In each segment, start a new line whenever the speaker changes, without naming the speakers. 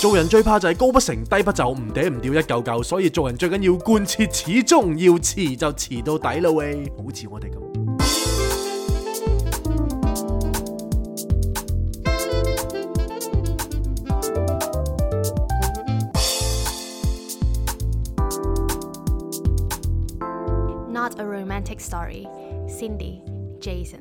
做人最怕就係高不成低不就，唔嗲唔吊一嚿嚿，所以做人最緊要貫徹始終，要遲就遲到底啦喂，好似我哋咁。
哦 Not a romantic story. Cindy, Jason，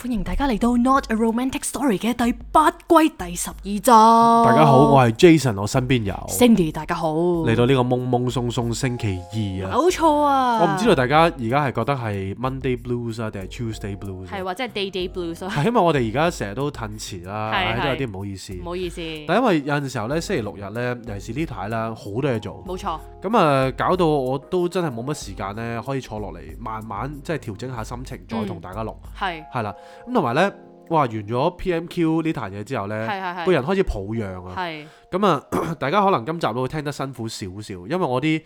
歡迎大家嚟到 Not a romantic story 嘅第八季第十二集。大
大家好，我係 Jason，我身邊有
Cindy，大家好。
嚟到呢個懵懵鬆鬆星期二啊！
冇錯啊！
我唔知道大家而家係覺得係 Monday Blues 啊，定係 Tuesday Blues？
係或者係 day day blues 啊
係因為我哋而家成日都褪遲啦，
係
唉
係
都有啲唔好意思。
唔好意思，
但因為有陣時候咧，星期六日咧，尤其是呢排啦，好多嘢做，
冇錯，
咁啊搞到我都真係冇乜時間咧，可以坐落嚟慢慢即係調整下心情，再
嗯
同大家錄。
係
係啦，咁同埋咧，哇！完咗 PMQ 呢壇嘢之後咧，
係係
個
係
人開始抱恙啊。
係
咁啊， 大家可能今集都會聽得辛苦少少，因為我啲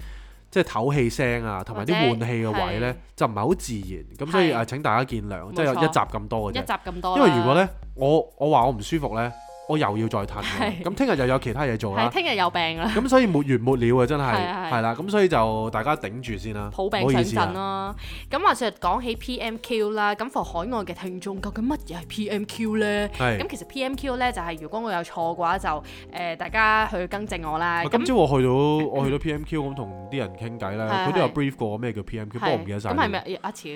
即係唞氣聲啊，同埋啲
或
換
者
氣嘅位呢，就唔係好自然，咁所以
係
誒請大家見諒，
冇
即係有
錯
一集咁多
一
嘅
集
啫。
咁多啦。
因為如果呢，我我話我唔舒服呢，我又要再褪嘅，
係
咁聽日又有其他嘢做
係
啦，
聽日有病啦，
咁所以沒完沒了啊，真係
係係
係啦，咁所以就大家頂住先啦，
抱
唔
病
好
上
意思
陣
啊。
啦。咁話說講起 PMQ 啦，咁 for 海外嘅聽眾，究竟乜嘢係 PMQ 呢？咁
係，
其實 PMQ 咧就係、如果我有錯嘅話，就誒、呃大家去更正我啦。
喂
咁
今朝我去到我去到 PMQ 咁同啲人傾偈呢，
係
佢都有
係
brief 過咩叫 PMQ，不過我唔記得晒
咁係咪
添。
哎阿潮？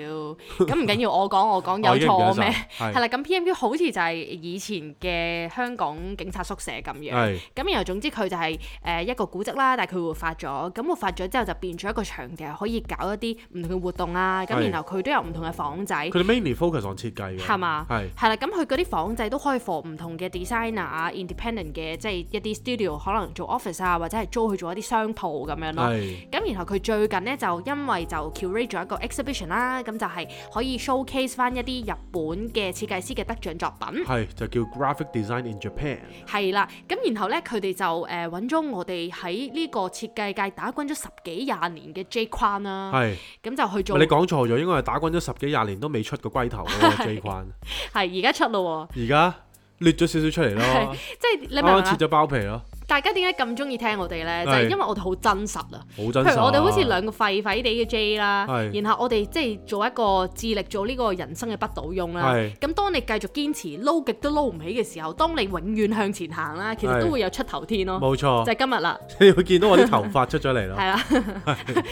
咁唔緊要，我講我講
我已
有
經唔記得
錯
晒
咩？係
係
啦，咁 PMQ 好似就係以前嘅香港警察宿舍咁樣。
係
咁然後總之佢就係、呃一個古蹟啦，但係佢活化咗，咁活化咗之後就變咗一個場地，可以搞一啲唔同嘅活動啦。咁
係
然後佢都有唔同嘅房仔，
佢哋 mainly focus on 設計嘅，
係嘛
係
係啦，咁佢嗰啲房仔都可以 for 唔同嘅 designer 啊、independent 嘅，即係一啲 studio 可能做 office 啊，或者係租去做一啲商鋪咁樣咯。
係
咁然後佢最近呢，就因為就 curate 咗一個 exhibition 啦，咁就係可以 showcase 翻一啲日本嘅設計師嘅得獎作品。
係就叫 graphic design in Japan，
係啦，咁然後呢，佢哋就誒揾咗我哋喺呢個設計界打滾咗十幾廿年嘅 J 框啦，
係
咁就去啊做
咪你講錯咗？應該係打滾咗十幾廿年都未出過龜頭 嗰個 J 框，
係而家出咯
而家掠咗少少出嚟咯
係，喎，即係你明唔
啱啱
明
切
啊？
咗包皮咯，
大家點解咁中意聽我哋呢？就
係
係因為我哋好真實啊！
好真
譬
實。
如我哋好似兩個廢廢地嘅 J 啦，
係
然後我哋即係做一個致力做呢個人生嘅不倒翁啦
係。
咁當你繼續堅持撈極都撈唔起嘅時候，當你永遠向前行啦，其實
係
都會有出頭天咯。
冇
就
錯，
係今日啦，
你會見到我啲頭髮出咗嚟咯，
係啦，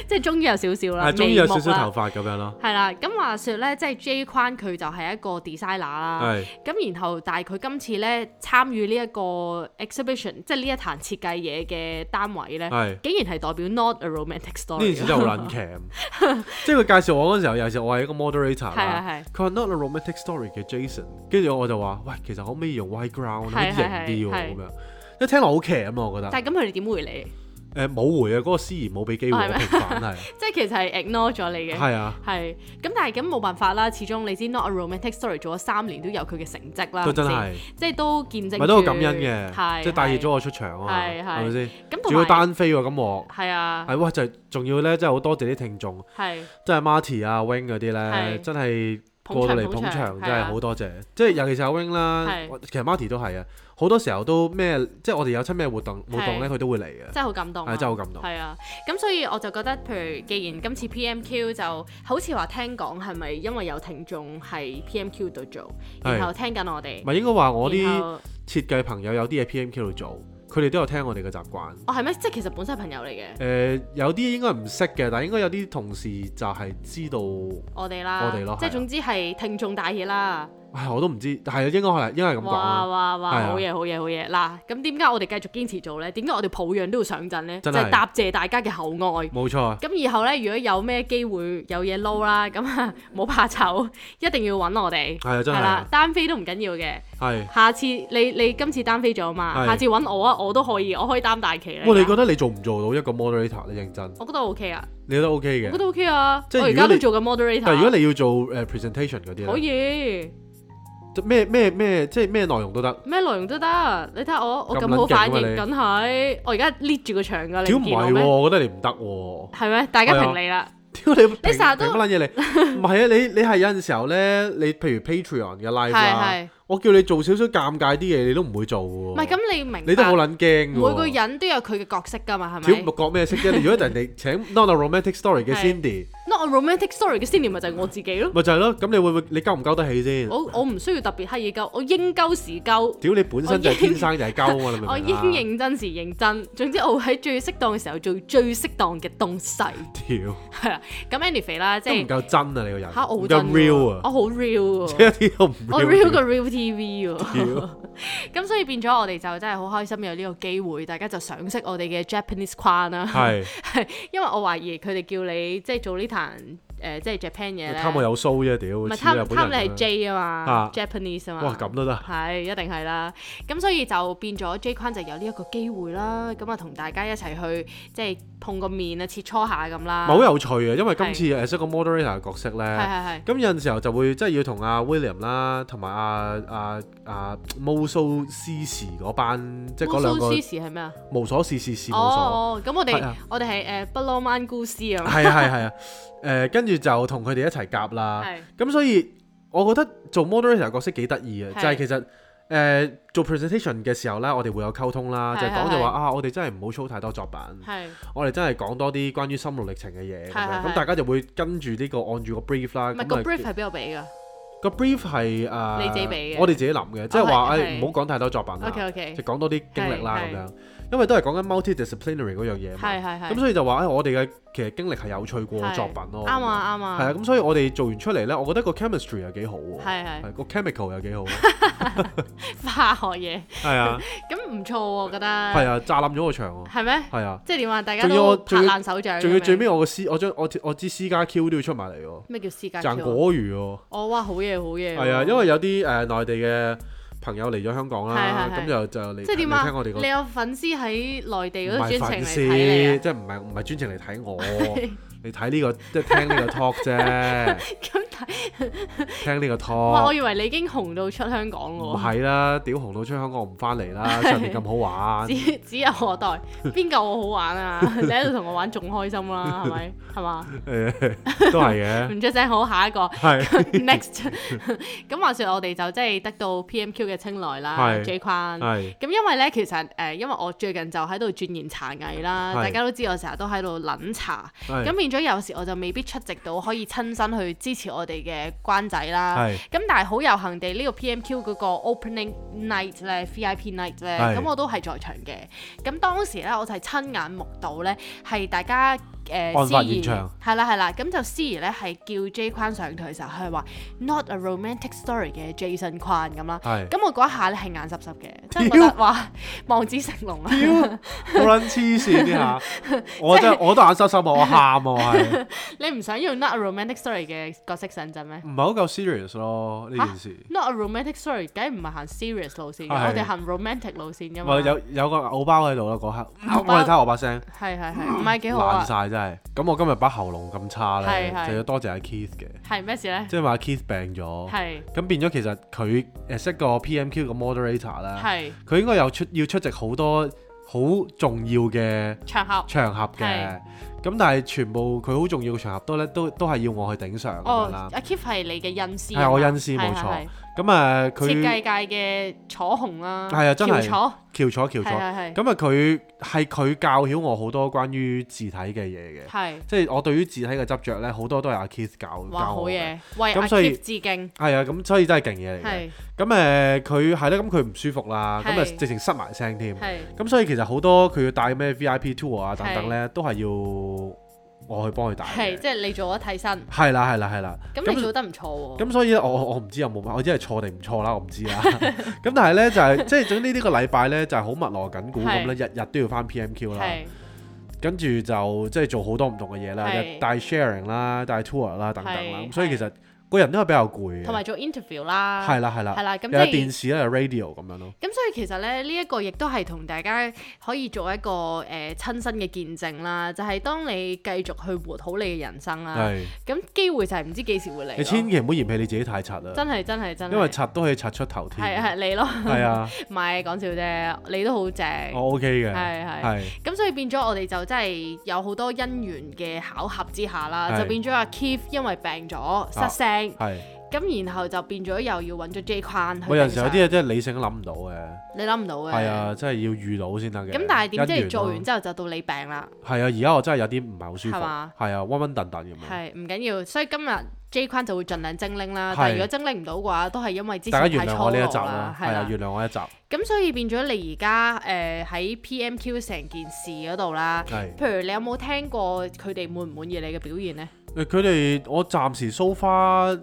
即係終於有少少啦，
係終於有少
眉
少
目啊
頭
啦。
髮咁樣咯，
係啦，咁話說咧，即係 J 框佢就係一個 designer 啦。
係
咁然後，但係佢今次咧參與呢一個 exhibition，即係呢一壇設計嘢嘅單位咧，
係。
竟然係代表 not a romantic
呢
story
件事真係好撚 cam，即 係佢介紹我嗰陣時候，有時我係一個 moderator
係
啦，
係係
佢話 not a romantic story 嘅 Jason，跟住我就話喂，其實可唔可以用 white ground
係
咧
係
型啲喎咁
係
樣，一聽落好 cam 啊，我覺得。
但係咁佢哋點回你？
誒冇回啊！嗰、個司儀冇俾機會
係
我
咩
平反係，
即係其實 係 ignore 咗你嘅。
係啊，
係，咁但係咁冇辦法啦，始終你知 Not a Romantic Story 做咗三年都有佢嘅成績啦，
都真
係咪
係，
先，即係都見證
咪
住
都好感恩嘅，
係
即係帶熱咗我出場啊嘛，
係係
係咪先？
係咁
仲
同
要
埋
單飛喎咁我，
係啊，
係哇！就仲要咧，真係好多謝啲聽眾，
係
即係 Marty 啊、Wing 嗰啲咧，
係
真係
捧
過
場
到嚟
捧
捧
場
場，
係啊
真係好多謝。即係尤其是阿 Wing 啦
係，
其實 Marty 都係啊，好多時候都咩，即係我哋有親咩活動活動咧，佢都會嚟嘅，
真係好感動啊，
係真係好感動。
係啊，咁所以我就覺得，譬如既然今次 PMQ 就好似話聽講係咪因為有聽眾係 PMQ 度做，
係
然後聽緊我哋，
咪應該話我
然
啲
後哦
設計朋友有啲嘢 PMQ 度做，佢哋都有聽我哋嘅習慣。
哦係咩？即係其實本身係朋友嚟嘅
誒、，有啲應該唔識嘅，但係應該有啲同事就係知道，
我哋啦，
我哋咯
即
係啊
係總之係聽眾大熱啦。
唉，我都唔知，係應該係應該係咁講
哇
啊，
哇哇！
係啊
好嘢好嘢好嘢！嗱，咁點解我哋繼續堅持做呢？點解我哋抱恙都要上陣呢？就
真係
係答謝大家嘅厚愛。
冇錯，
咁以後呢，如果有咩機會有嘢撈啦， 咁啊冇怕醜， 一定要揾我哋。
係啊，真
係啦
係，，
單飛都唔緊要嘅。
係。
下次你你今次單飛咗嘛？
係
下次揾我啊，我都可以，我可以擔大旗咧。
哇，你覺得你做唔做到一個 moderator 咧？認真，
我覺得 OK 啊，
你都 OK 嘅。
我覺得 OK 啊。
即係
我而
如果
家
你
都做緊
但係如
moderator，
果你要做誒、呃 presentation 嗰啲
可
咧，
以
即咩咩咩，即係咩內容都得。
咩內容都得。你睇下我我
咁
咁好
撚勁啊
反應，
你
梗係我而家 lead 住個場㗎，你
屌唔
唔見我
係喎，
咩？
我覺得你唔得喎。
係咩？大家
係啊
評你啦。
屌你平，
你成日都
平乜撚嘢你？唔係啊，你你係有陣時候咧，你譬如 Patreon 嘅 live 啦，
係
我叫你做少少尷尬啲嘢，你都唔會做嘅喎。
唔係咁，你明白
你都好撚驚嘅喎。
每個人都有佢嘅角色㗎嘛，係
屌
咪
唔講咩色 啫？你如果人哋請 Not a Romantic Story 嘅
係
Cindy，
？Not a romantic story 嘅 senior 咪就係我自己咯。
咪就係咯。咁你會唔會你鳩唔鳩得起先？
我我唔需要特別刻意鳩，我應鳩時鳩，
屌你本身就係
我應
天生就係鳩啊嘛，你明唔明啊
我應認真時認真。總之我會喺最適當嘅時候做最適當嘅東西，
屌
係啦。咁 anyway 啦，即
都唔
係
夠真啊！你個人
嚇我好
唔
真
夠
喎
real 啊
我，好 real
即
喎。
係一啲都唔
我
real
real
嘅
過 real TV 喎
屌，
咁所以變咗我哋就真係好開心有呢個機會，大家就賞識我哋嘅 Japanese 框啦。
係
因為我懷疑佢哋叫你即係做呢壇誒即係 Japan 嘢咧，
貪我有 show 啫，屌
唔係
似日
貪
本人
貪你係
咁樣
J 啊嘛
啊
，Japanese 啊嘛。
哇咁都得，
係，一定係啦。咁所以就變咗 J 框就有呢一個機會啦。咁啊，同大家一齊去即係碰個面啊，切磋下咁啦。
咪好有趣啊！因為今次誒識個 moderator 嘅角色
係
咧。
係係，
咁有陣時候就會即係要同阿 William 啦，同埋阿阿阿無數私事嗰班，即係嗰兩
Musu
個
Sushi 係咩啊？
無所事事事
哦
無所。
哦，咁我
係
哋
啊
我哋係呃誒不浪漫故事啊嘛。
係啊係啊係啊，誒跟住就同佢哋一齊夾啦。
係
咁所以我覺得做 moderator 角色幾得意嘅，
係
就係其實誒、做 presentation 嘅時候咧，我哋會有溝通啦，
係
就係講就
係
話
係
啊，我哋真係唔好 show 太多作品，
係
我哋真係講多啲關於心路歷程嘅嘢咁
係
樣，
係係
咁大家就會跟住呢個按住個 brief 啦。
唔係
咁
個
啊
brief 係邊個俾㗎
個 brief 係誒
你自己俾嘅哦
我哋自己諗嘅，即係話誒
係係
唔好講太多作品
？OK
啦，
OK，
就講多啲經歷啦
係
咁
係
樣，因為都係講緊 multidisciplinary 嗰樣嘢嘛
係。係係
咁。所以就話哎誒，我哋嘅其實經歷係有趣過
係
作品咯。
啱啊啱
係啊，
啊，
咁所以我哋做完出嚟咧，我覺得個 chemistry 又幾好喎，
係係
係個 chemical 又幾好，
化學嘢，
係啊，
咁唔錯喎，我覺得
係
係
啊，炸冧咗個場啊，
咩？
係啊，
即係點啊？大家
仲要
都
我
拍
仲要
爛手掌咁樣，
仲要最尾我個私，我將我我支私家 Q 都要出埋嚟喎，
咩叫私家
賺
Q 啊？
果魚喎，
哦，哇，好嘢好嘢喎！
係啊，因為有啲誒內地嘅朋友嚟咗香港啦，
係係係
咁就就嚟
即係點
嚟聽
啊
我哋？個
你有粉絲喺內地
唔
嗰
係
度
粉
專程嚟睇你
絲，
啊？
即係唔係唔係專程嚟睇 我，你睇呢個即係聽呢個 talk 啫，
咁睇，
聽呢個
哇！
talk。
我以為你已經紅到出香港
唔
喎，
係啦，屌紅到出香港我唔翻嚟啦，上面咁好玩，
指指日可待，邊夠我好 玩啊？你喺度同我玩仲開心啦，係咪？係嘛？
誒 都係嘅。
唔出聲好，下 一個。
係
Next，咁 話說我哋就真係得到 PMQ 嘅青睞啦
係
，J 框。
係
咁因啊為咧，其實誒、呃因為我最近就喺度鑽研茶藝啦，
係
大家都知我成日都喺度撚茶，
係
咁變咗有時我就未必出席到可以親身去支持我哋嘅關仔啦。
係
咁但係好有幸地，呢、個 PMQ 嗰個 opening night 咧，VIP night 咧，
係
咁我都係在場嘅。咁當時咧，我就係親眼目睹咧，係大家誒
案發
司儀
現場
係啦係啦，咁就司儀咧係叫 J 框上台嘅時候，佢係話 not a romantic story 嘅 Jason 框咁啦。
係
咁我嗰一下咧係眼濕濕嘅，即係覺得哇望子成龍啊！
好撚黐線啲下，我真係我都眼濕濕啊，我喊啊，我係
你唔想要 not a romantic story 嘅角色上陣咩
唔係好夠 serious 咯呢件事。
？not a romantic story 梗係唔係行 serious 路線嘅，
係
我哋行 romantic 路線㗎啊嘛
咪。有有個牛包喺度啦，嗰刻
牛包
我哋睇下我把聲
係係係，唔係幾
嗯
好
爛
啊？
晒真係。咁我今日把喉嚨咁差
係
咧，
係
就要多謝阿 Keith 嘅，
係咩事咧？
即係話阿 Keith 病咗，
係
咁變咗其實佢誒識個 PMQ 嘅 moderator 啦，
係
佢應該有出要出席好多好重要嘅。
場合。
場合嘅
係，
咁但係全部佢好重要嘅場合都咧，都都係要我去頂上咁樣
哦
啦，。
阿 Keith 係你嘅恩師啊嘛。
係我恩師
係
冇錯
係係
咁啊，
設
佢
計界嘅楚紅啦。
係啊真係
喬楚。
翹楚翹楚，
係
咁啊
係係。
佢係佢教曉我好多關於字體嘅嘢嘅，
係。
即係我對於字體嘅執着咧，好多都係阿 Keith 教
哇！
教
好
我嘅。
嘢，為阿
咁所以
Keith 致敬。
係啊，咁所以真係勁嘢嚟嘅。
係
咁誒，呃佢係啦，咁佢唔舒服啦，咁啊
係
直情塞埋聲添。
係
咁所以其實好多佢要帶咩 VIP tour 啊等等
係
咧，都係要我去幫佢帶
係，
嘅。
即係你做咗替身，
係啦，係啦，係啦。
咁你做得唔錯喎。
咁所以咧，我我我唔知有冇，我只係錯定唔錯啦，我唔知 啦。咁但係咧就係、即係總之呢個禮拜咧就係好密鑼緊鼓咁咧，日日都要翻 PMQ 啦，
係
跟住就即係做好多唔同嘅嘢啦，
係
又帶 sharing 啦，帶 tour 啦等等啦，
係
咁所以其實個人都係比較攰嘅，
同埋做 interview 啦。
係啦係
係
啦，
啦，咁
又有
即
電
係
視啦，有 radio 咁樣咯，
咁，所以其實咧，呢、一個亦都係同大家可以做一個誒、呃、親身嘅見證啦。就係、當你繼續去活好你嘅人生啦，
係
咁機會就係唔知幾時會嚟
你千
咯。
祈唔好嫌棄你自己太柒啦，
真係真係真係，
因為柒都可以柒出頭
係
添，
係你咯，
係啊，
唔係講笑啫，你都好正，
我 OK 嘅，
係係。
係
咁所以變咗我哋就真係有好多因緣嘅巧合之下啦，
係啊
就變咗阿 Keith 因為病咗失聲，
係
咁然後就變咗又要揾咗 J 框去。
我有陣時有啲嘢真係理性諗唔到嘅，
你諗唔到嘅。
係啊，真係要遇到先得嘅。
咁但係點知你做完
姻
之後就到你病啦，
緣咯？係啊，而家我真係有啲唔係好舒服，
係嘛
係啊，温温頓頓咁樣。
係唔緊要，所以今日 J 框就會盡量精靈啦。
係
但係如果精靈唔到嘅話，都係因為之前
大家原
太
諒我
粗
呢一集
魯
啦
啦，，
係
係
啊
啦，。
原諒我一集，
咁所以變咗你而家誒喺 PMQ 成件事嗰度啦。
係
譬如你有冇聽過佢哋滿唔滿意你嘅表現呢？
誒佢哋我暫時 so far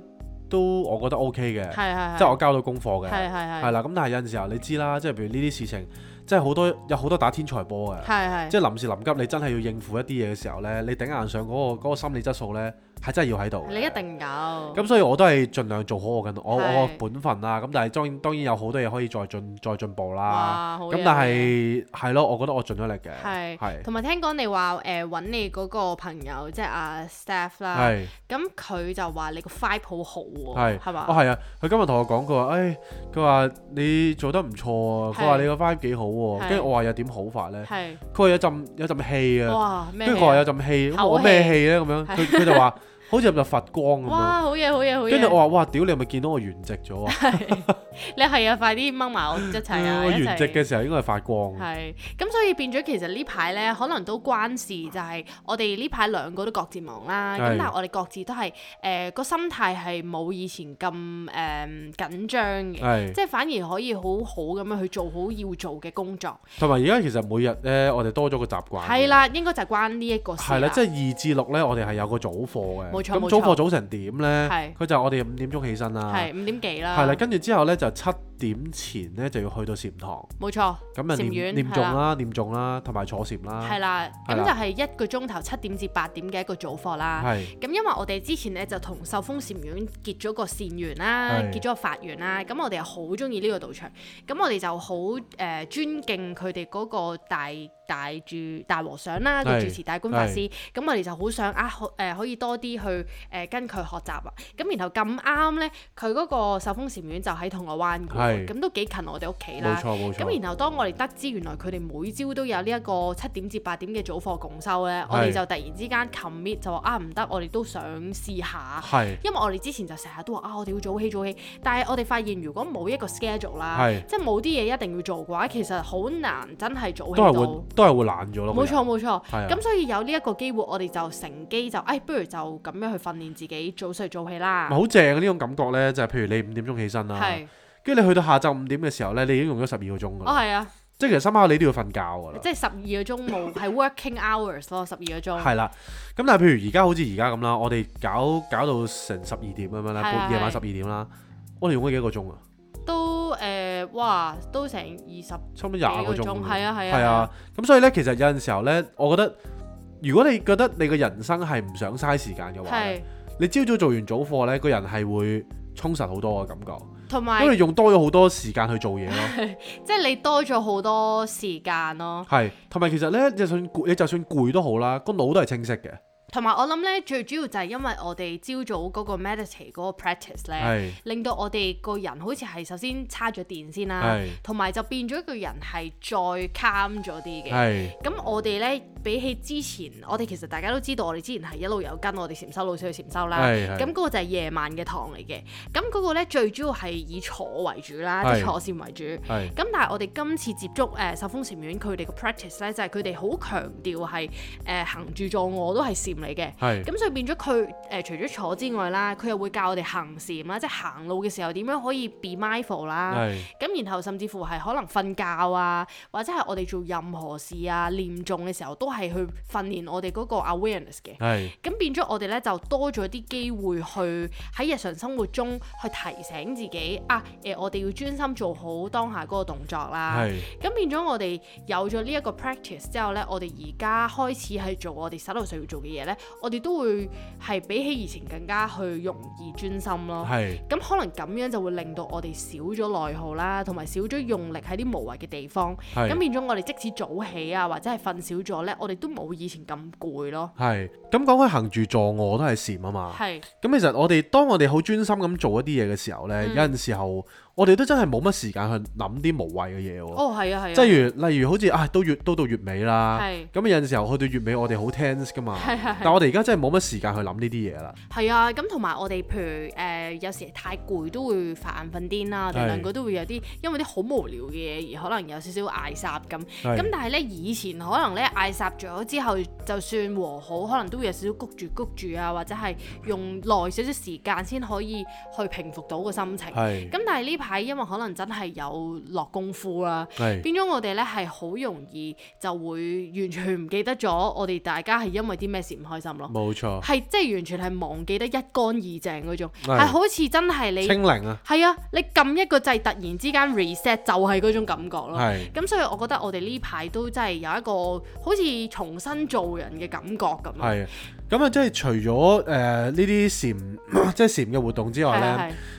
都我覺得 OK 嘅，
係係係，
即係我交到功課嘅，
係係
係
係
啦。咁但係有陣時候你知啦，即係譬如呢啲事情，即係好多有好多打天才波嘅。
係係，
即係臨時臨急，你真係要應付一啲嘢嘅時候呢，你頂硬上嗰、個嗰個心理質素呢，係真係要喺度嘅。
你一定有。咁
咁，所以我都係盡量做好我嘅我
係
我嘅本分啦。咁但係當然當然有好多嘢可以再進再進步啦。
哇，好
啊咁
嘢
但係係咯，我覺得我盡咗力嘅。
係
係
同埋聽講你話誒揾你嗰個朋友即係阿 Staff 啦，
係
咁佢就話你個 vibe 好好喎，
係
係
哦
嘛？
係啊！佢今日同我講，佢話誒，佢話你做得唔錯啊，
係
佢話你個 vibe 幾好喎。
係
跟住我話有點好法呢？
係
佢話有陣有陣氣啊，
哇咩
跟住
戲
佢話有
啊？
陣氣，
口
我咩
氣
氣呢？咁樣佢佢就話好似入咗佛光咁樣。
哇好嘢好嘢好嘢！
跟住我話：哇，屌你係咪見到我原籍咗啊？
你係啊，快啲掹埋我一齊啊！
嗯 我
一
原籍
齊
嘅時候應該係發光。
係咁，所以變咗其實呢排呢，可能都關事，就係我哋呢排兩個都各自忙啦。
係
咁但係我哋各自都係誒個心態係冇以前咁誒緊張嘅，
係，
即係反而可以好好咁樣去做好要做嘅工作。
同埋而家其實每日呢，我哋多咗個習慣。
係。啦，應該就係關呢一個事
係啦，即係二至六呢，我哋係有個早課嘅。
冇錯
咁
冇錯
早課早成點呢？
係
佢就係我哋五點鐘起身啦。
係五點幾啦，
啊係啦，跟住之後呢，就七點前呢，就要去到禪堂，
冇錯，
咁啊
禪
念
院
念
係
誦
啦
啦、念誦啦，同埋坐禪啦。
係啦，
係
咁
啦
就係一個鐘頭七點至八點嘅一個早課啦。
係
咁因為我哋之前咧就同秀峰禪院結咗個善緣啦，
係
結咗個法緣啦，咁我哋又好中意呢個道場，咁我哋就好誒、呃尊敬佢哋嗰個大大住大和尚啦，個
係
住持大觀法師，咁我哋就好想啊可誒、呃可以多啲去誒、呃跟佢學習啊，咁然後咁啱咧，佢嗰個秀峰禪院就喺銅鑼灣嘅
係
喎，咁都幾近我哋屋企
冇
啦。
錯冇
咁
錯。
然後當我哋得知原來佢哋每朝都有呢一個七點至八點嘅早課共修呢，我哋就突然之間 commit 就話啊唔得，我哋都想試下，
係
因為我哋之前就成日都話啊我哋要早起早起，但係我哋發現如果冇一個 schedule 啦
係，
即係冇啲嘢一定要做嘅話，其實好難真係早起
都係
到
會。都係會懶咗咯。
冇錯冇錯，
係啊
咁所以有呢一個機會，我哋就乘機就，哎，不如就咁樣去訓練自己早睡早起啦
咪。好正啊呢種感覺呢，就係譬如你五點鐘起身啦，
係，
跟住你去到下晝五點嘅時候呢，你已經用咗十二個鐘㗎
哦
啦。
係啊，
即係其實深刻你都要瞓覺㗎啦。
即係十二個鐘冇係 working hours 咯，十二個鐘。
係啦，咁但係譬如而家好似而家咁啦，我哋搞搞到成十二點咁樣啦，
係係
半夜晚
係
十二點啦，我哋用咗幾多個鐘啊？
都誒、呃哇，都成二十
差唔多廿個鐘
幾個
咁
鐘
樣。
係啊係啊
係
係
啊
啊，
咁所以呢，其實有陣時候呢，我覺得如果你覺得你個人生係唔想嘥時間嘅話呢，
係，
你朝早做完早課呢，個人係會充實好多嘅感覺，
同
因
埋
為用多咗好多時間去做嘢 咯。
即係你多咗好多時間咯，
係，同埋其實呢，就算攰，你就算攰都好啦，個腦都係清晰嘅。
同埋我諗咧最主要就係因為我哋朝早嗰個 meditate 嗰個 practice 咧，
係
令到我哋個人好似係首先叉咗電先啦
係，
同埋就變咗個人係再 calm 咗啲嘅。
係
咁我哋咧比起之前，我哋其實大家都知道，我哋之前係一路有跟我哋禪修老師去禪修啦。
係係
咁嗰個就係夜晚嘅堂嚟嘅。咁嗰個咧最主要係以坐為主啦，
係
即係坐禪為主。
係
咁但係我哋今次接觸誒受風禪院佢哋嘅 practice 咧，就係佢哋好強調係誒行住坐卧都係禪嚟嘅。
係
咁所以變咗佢誒除咗坐之外啦，佢又會教我哋行禪啦，即係行路嘅時候點樣可以 be mindful 啦。
係
咁然後甚至乎係可能瞓覺啊，或者係我哋做任何事啊、念重嘅時候，都係去訓練我哋嗰個 awareness 嘅。
係
咁變咗我哋咧就多咗啲機會去喺日常生活中去提醒自己啊，誒、我哋要專心做好當下嗰個動作啦。
係
咁變咗我哋有咗呢一個 practice 之後咧，我哋而家開始係做我哋手頭上要做嘅嘢咧，我哋都會係比起以前更加去容易專心咯。
係。
咁可能咁樣就會令到我哋少咗內耗啦，同埋少咗用力喺啲無謂嘅地方。
係
咁變咗我哋即使早起啊，或者係瞓少咗呢，我哋都冇以前咁攰咯。
係，咁講開行住坐卧都係禪啊嘛。
係嗯
咁其實我哋當我哋好專心咁做一啲嘢嘅時候呢，有陣時候我哋都真係冇乜時間去諗啲無謂嘅嘢喎。
哦，係啊，係啊，
即係如例如好似啊，到月都到月尾啦，
係
咁有陣時候去到月尾我哋好 tense 噶嘛，
係係係
但我哋而家真係冇乜時間去諗呢啲嘢啦。
係啊，咁同埋我哋譬如誒、呃有時太攰都會發眼瞓癲啦，我哋
係
兩個都會有啲因為啲好無聊嘅嘢而可能有少少嗌霎咁。
係
咁但係咧以前可能咧嗌霎咗之後，就算和好，可能都會有少少谷住谷住啊，或者係用耐少少時間先可以去平復到個心情。
係
咁但係呢排因為可能真係有落功夫啦。
係
變咗我哋咧係好容易就會完全唔記得咗我哋大家係因為啲咩事唔開心咯。
冇錯，
係即係完全係忘記得一乾二淨嗰種，
係
係好似真係你
清零啊，
係啊，你撳一個掣，突然之間 reset 就係嗰種感覺咯。
係
咁所以我覺得我哋呢排都真係有一個好似重新做人嘅感覺咁啊。
係。咁啊，即係除咗誒呃呢啲禪 即係禪嘅活動之外咧，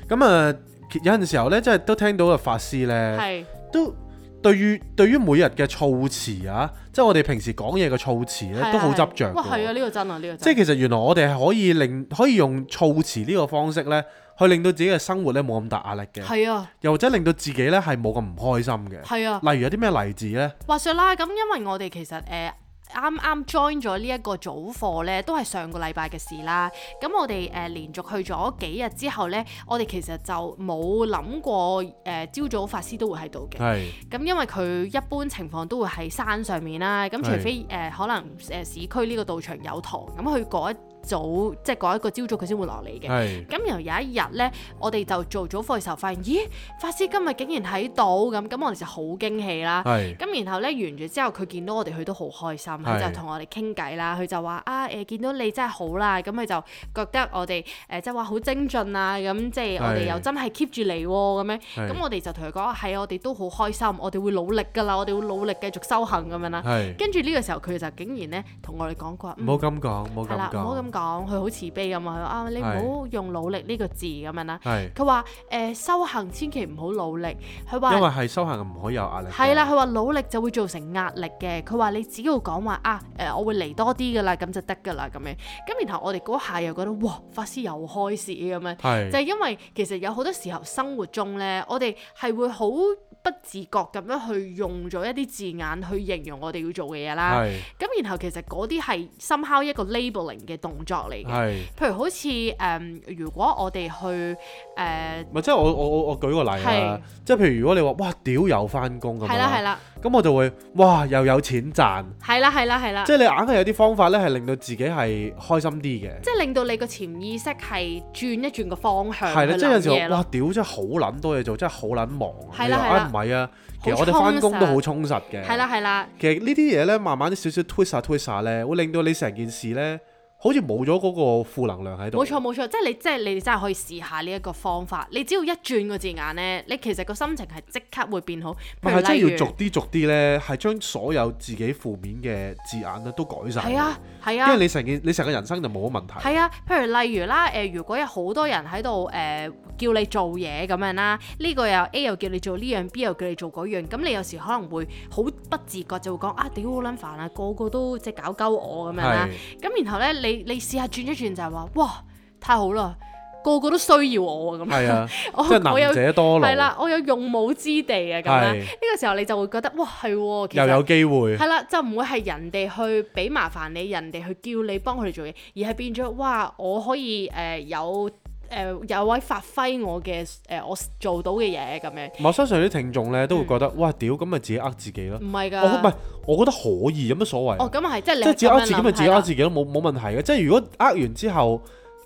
係
咁啊有陣時候咧，即係都聽到個法師
係
咧，
係
都對於對於每日嘅措辭啊，即係我哋平時講嘢嘅措辭咧，
係
都好
係
執着
哇，係
㗎
啊，
喎。
呢個真啊，呢個
即係
真。
其實原來我哋係可以令可以用措辭呢個方式咧，去令到自己嘅生活咧冇咁大壓力嘅，
係啊，
又或者令到自己咧係冇咁唔開心嘅。
係啊。
例如有啲咩例子咧？
話說啦，咁因為我哋其實誒。呃啱啱 join 咗呢一個早課呢，都係上個禮拜嘅事啦。咁我哋誒、呃、連續去咗幾日之後呢，我哋其實就冇諗過誒朝、早法師都會喺度嘅。
係
咁因為佢一般情況都會喺山上面啦，咁除
係
非誒、呃可能誒、呃市區呢個道場有堂，咁佢嗰一早即係嗰一個朝早佢先會落嚟嘅。
係
咁然後有一日呢，我哋就做早課嘅時候發現，咦，法師今日竟然喺度咁，咁我哋就好驚喜啦。
係
咁然後咧完咗之後，佢見到我哋佢都好開心，佢
係
就同我哋傾偈啦。佢就話啊誒、見到你真係好啦，咁佢就覺得我哋誒、即係話好精進啊，咁即係我哋
係
又真係 keep 住嚟喎咁樣。
係
咁我哋就同佢講係啊我哋都好開心，我哋會努力㗎啦，我哋會努力繼續修行咁樣啦。
係。
跟住呢個時候佢就竟然咧同我哋講過，
唔
嗯
好咁講，唔
係
好
啦
咁，
唔好咁
講，
講，佢好慈悲咁啊，佢話啊你唔好用努力呢個字咁樣啦。
係
佢話誒修行千祈唔好努力，佢話
因為係啊修行唔可以有壓力。
係啦，，佢話努力就會造成壓力嘅。佢話你只要講話啊，誒、我會嚟多啲噶啦，咁就得噶啦咁樣。咁然後我哋嗰下又覺得哇，法師又開始咁樣，
係
就係因為其實有好多時候生活中呢，我哋係會好不自覺咁樣去用咗一啲字眼去形容我哋要做嘅嘢啦。
係
咁然後其實嗰啲係 somehow 一個 labeling 嘅動作嚟嘅。
係，
譬如好似誒、如果我哋去誒
咪即係我我我我舉個例啦
係，
即係譬如如果你話哇屌又翻工咁
係啦係
樣，
啦
咁我就會哇又有錢賺，
係啦係啦係啦
即。係你硬係有啲方法咧係令到自己係開心啲嘅。
即係令到你個潛意識係轉一轉個方向
係啦，即係有
時
時候哇屌真係好撚多嘢做，真係好撚忙啊。
係啦
你話
係啦
啊唔係啊，其實
好
我哋翻工
充實
都好充實嘅。
係啦係啦，
其實呢啲嘢咧，慢慢啲少少推下推下咧，會令到你成件事咧，好似冇咗嗰個負能量喺度。
冇錯冇錯，即係你即係你哋真係可以試下呢一個方法。你只要一轉個字眼咧，你其實個心情係即刻會變好。
唔
譬如
係，真係
例
要
如
逐啲逐啲咧，係將所有自己負面嘅字眼咧都改晒。
係啊，係
因為
啊。
你成件你成個人生就冇乜問題。
係啊，譬如例如啦，誒、如果有好多人喺度誒叫你做嘢咁樣啦，呢、個又 A 又叫你做呢樣，B 又叫你做嗰樣，咁你有時可能會好不自覺就會講啊，屌好撚煩啊，個個都即係搞鳩我咁樣啦
係。
咁然後咧，你你試下轉一轉就係話，哇，太好啦，個個都需要我啊咁。
係啊，
我
即係
我有
能者多勞。
係啦，我有用武之地啊咁啦。
係
呢個時候你就會覺得，哇，係喎，其
又有
實
機會。
係啦，就唔會係人哋去俾麻煩你，人哋去叫你幫佢哋做嘢，而係變咗，哇，我可以誒、呃有誒、呃有位發揮我嘅誒、呃我做到嘅嘢咁樣，
我相信啲聽眾咧都會覺得，哇屌，咁咪自己呃自己咯。
嗯唔係
我唔
㗎
係。，我覺得可以，有乜所謂
哦，
啊？
咁啊係，即係你
即係自己
咁
呃
樣
自己咪自
諗
己呃
係
自己咯，冇冇問題嘅。即係如果呃完之後，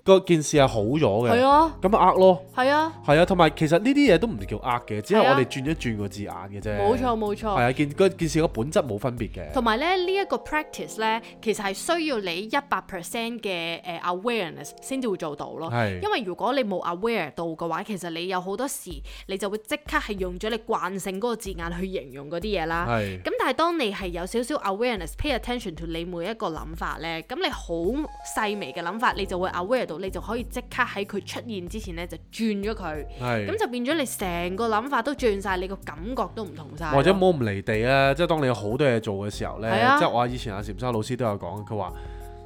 個件事係好咗
啦係
嘅，
啊，
咁咪呃咯。
係啊，
係啊，同埋其實呢啲嘢都唔叫呃嘅，只係
係啊
我哋轉一轉個字眼嘅啫。
冇錯冇錯
係。啊，件嗰件事個本質冇分別嘅。
同埋咧，呢、一個 practice 咧，其實係需要你一百 percent 嘅誒 awareness 先至會做到咯。
係
因為如果你冇 aware 到嘅話，其實你有好多時你就會即刻係用咗你慣性嗰個字眼去形容嗰啲嘢啦。
係
咁但係當你係有少少 awareness，pay attention to 你每一個諗法咧，咁你好細微嘅諗法，你就會 aware 到，你就可以即刻喺佢出現之前咧就轉咗佢，
係
咁就變咗你成個諗法都轉晒，你個感覺都唔同晒咯。
或者冇咁離地啊！即係當你有好多嘢做嘅時候呢，
係啊
即係我以前阿禪修老師都有講，佢話：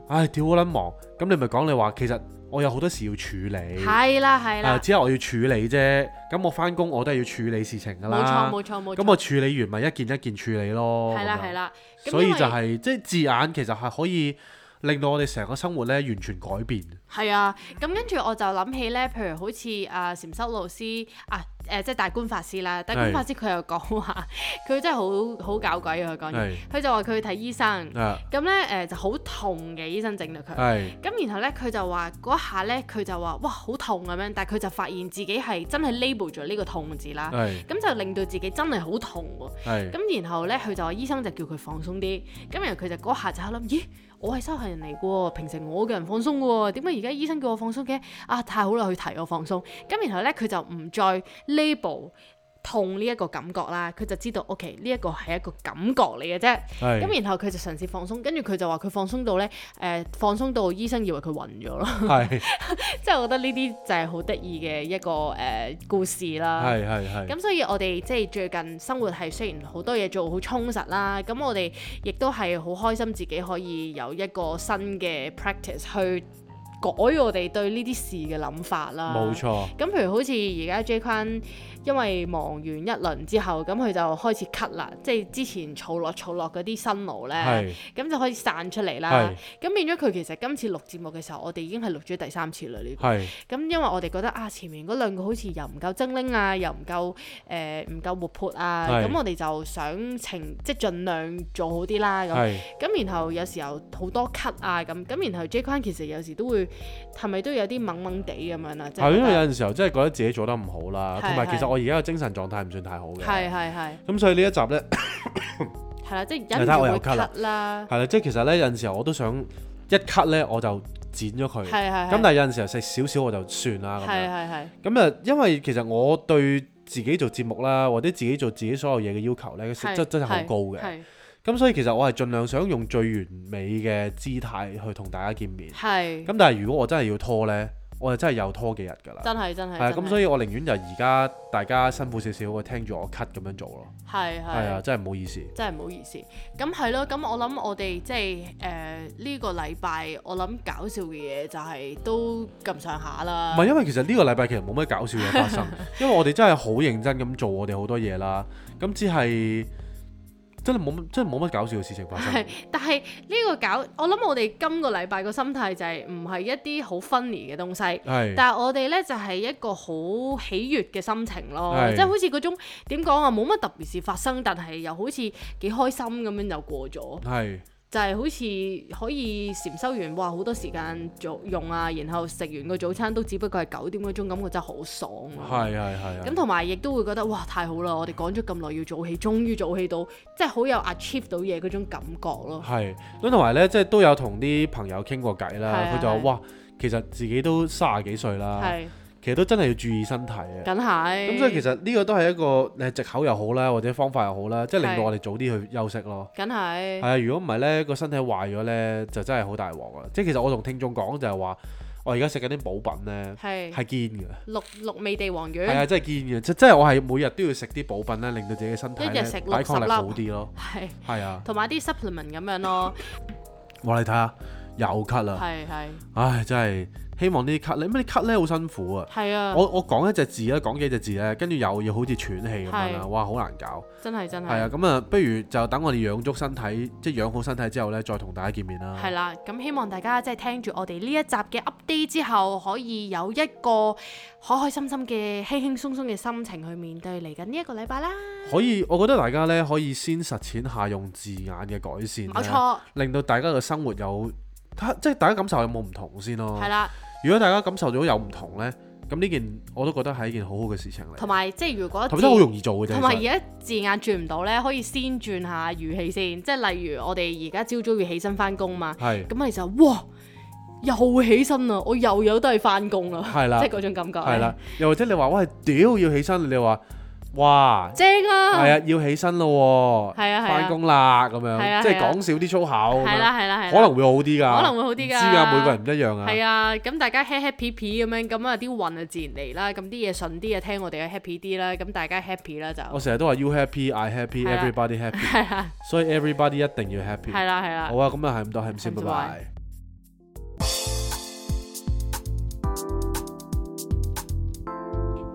唉，屌好撚忙，咁你咪講你話其實我有好多事要處理。
係啦係
啊！
啦，
之後我要處理啫，咁我翻工我都係要處理事情㗎
冇
啦。
錯冇錯冇錯
咁，我處理完咪一件一件處理咯。
係啦
咁樣
係。啦，咁
所以
因為
就係即係字眼其實係可以令到我哋成個生活咧完全改變。
係啊，咁跟住我就諗起咧，譬如好似啊禪修老師啊，誒、即係大觀法師啦，大觀法師佢又講話， 佢真係好好搞鬼啊！佢講嘢
係，
佢就話佢去睇醫生，
啊，
咁咧誒就好痛嘅，醫生整到佢。
係
咁然後咧，佢就話嗰一下咧，佢就話哇好痛咁樣，但係佢就發現自己係真係 label 咗呢個痛字啦，
係
咁就令到自己真係好痛喎。
係
啊咁然後咧，佢就話醫生就叫佢放鬆啲。咁然後佢就嗰下就喺度諗，咦，我係修行人嚟嘅喎，平時我嘅人放鬆嘅喎，點解而家醫生叫我放鬆嘅？啊，太好啦，佢提我放鬆。咁然後咧，佢就唔再 label 痛呢一個感覺啦，佢就知道 OK 呢一個係一個感覺嚟嘅啫。
係
咁然後佢就嘗試放鬆，跟住佢就話佢放鬆到咧，誒、放鬆到醫生以為佢暈咗 咯。
係
即係我覺得呢啲就係好得意嘅一個誒、呃故事啦。
係係係
咁所以我哋即係最近生活係雖然好多嘢做好充實啦，咁我哋亦都係好開心自己可以有一個新嘅 practice 去改我哋對呢啲事嘅諗法啦。
冇。錯。
咁譬如好似而家 J 坤，因為忙完一輪之後，咁佢就開始咳啦，即係之前儲落儲落嗰啲辛勞咧
係，
咁就開始散出嚟啦。咁變咗佢其實今次錄節目嘅時候，我哋已經係錄咗第三次啦呢個。
係
咁因為我哋覺得啊，前面嗰兩個好似又唔夠精靈啊，又唔夠誒唔夠活潑啊，
係
咁我哋就想情即係盡量做好啲啦咁。
係
咁然後有時候好多咳啊咁，咁然後 J 框其實有時都會係咪都有啲掹掹地咁樣啦，啊即
係，
係覺
因為有
得
陣時候真係覺得自己做得唔好啦，
係
同埋其
係
實我而家嘅精神狀態唔算太好嘅。
係係係
咁所以呢一集咧，
係啦，即係
你
忍
睇
住
我又
會
咳啦
咳啦，
係啦，即係其實咧有陣時候我都想一 cut 咧我就剪咗佢。
係係係
咁但係有陣時候食少少我就算啦咁樣
係。係係
咁啊，因為其實我對自己做節目啦，或者自己做自己所有嘢嘅要求呢，個
係
質真係好高嘅。
係
咁所以其實我係盡量想用最完美嘅姿態去同大家見面。
係
咁但係如果我真係要拖呢，我就真係有拖幾日㗎啦。
真係真係
係啊，咁所
以
以我寧願就而家大家辛苦少少，我聽住我 cut 咁樣做咯。
係
係
係
啊，。真係唔好意思。
真係唔好意思。咁係咯，咁我諗我哋即係誒呢個禮拜，我諗搞笑嘅嘢就係都咁上下啦
唔。係因為其實呢個禮拜其實冇咩搞笑嘢發 生，因為我哋真係好認真咁做我哋好多嘢啦。咁只係真係冇乜真係冇乜搞笑嘅事情發生
係。但係呢個搞，我諗我哋今個禮拜個心態就係唔係一啲好 funny 嘅東西。
係。
但係我哋呢，就係、一個好喜悅嘅心情咯，
係
即係好似嗰種點講啊，冇乜特別事發生，但係又好似幾開心咁樣就過咗。
係
就係好似可以禪修完，哇好多時間做用啊，然後食完個早餐都只不過係九點嗰鐘，感覺真係好爽啊！
係係係。
咁同埋亦都會覺得哇太好啦！我哋講咗咁耐要早起，終於早起到，即係好有 achieve 到嘢嗰種感覺咯。
係咁同埋咧，即係都有同啲朋友傾過偈
係
啦。
啊
佢就話：
係
哇，其實自己都三十幾歲啦，
係，
其實都真係要注意身體嘅。
梗係。
咁所以其實呢個都係一個誒藉口又好啦，或者方法又好啦，即係令
係
到我哋早啲去休息咯。
梗
係
係
啊，如果唔係咧，個身體壞咗咧，就真係好大鑊啊！即係其實我同聽眾講就係話，我而家食緊啲補品咧，
係嗯
係堅嘅，
六六味地黃
係
丸，
啊，真係堅嘅，即即係我係每日都要食啲補品咧，令到自己嘅身體
一
咧
日食六
抵抗
十
力
粒
好啲咯。
係
係啊，
同埋啲 supplement 咁樣咯，
我你睇下又咳啦。
係係
唉，真係希望呢啲咳咧，咩啲咳咧好辛苦啊！
係啊，
我我講一隻字啦，講幾隻字咧，跟住又要好似喘氣咁樣啦，
係
哇，好難搞。
真係真
係啊，
係。
咁啊，不如就等我哋養足身體，即係養好身體之後咧，再同大家見面啦。
係啦，咁希望大家即係聽住我哋呢一集嘅 update 之後，可以有一個開開心心嘅、輕輕鬆鬆嘅心情去面對嚟緊呢一個禮拜啦。
可以，我覺得大家咧可以先實踐下用字眼嘅改善，
冇，錯，
令到大家嘅生活有，睇即係大家感受有冇唔同先咯。
係啦，
如果大家感受到有唔同咧，咁呢件我都覺得係一件好好嘅事情嚟。
同埋即係如果
同埋
字
真係好容易做嘅啫。
同
其
埋
實
而家字眼轉唔到呢，可以先轉下語氣先，即係例如我哋而家朝早要起身翻工嘛，
係
咁你就哇又起身啦，我又有得去翻工啦，
係啦
即係嗰種感覺。
係啦，，又或者你話喂屌要起身，你話哇
正啊，
係啊要起身咯喎，
係啊係啊
翻工啦咁
係啊
樣，即係
係啊
講少啲粗口咁樣，
係啦係啦係啦，
可能會好啲㗎，
可能會好啲㗎
唔知㗎，每個人唔一樣啊，
係啊，咁大家 happy happy 咁樣，咁啊啲運啊自然嚟啦，咁啲嘢順啲啊，聽我哋嘅 happy 啲啦，咁大家 happy 啦就
我成日都話 you happy I happy
係啦啊
everybody happy，
係啦，
所以 everybody 一定要 happy。
係啦，係啦
好。啊，咁啊係咁多，係咁先，
係咁
拜
多
拜。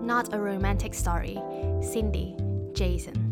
Not a Romantic Story. Cindy, Jason.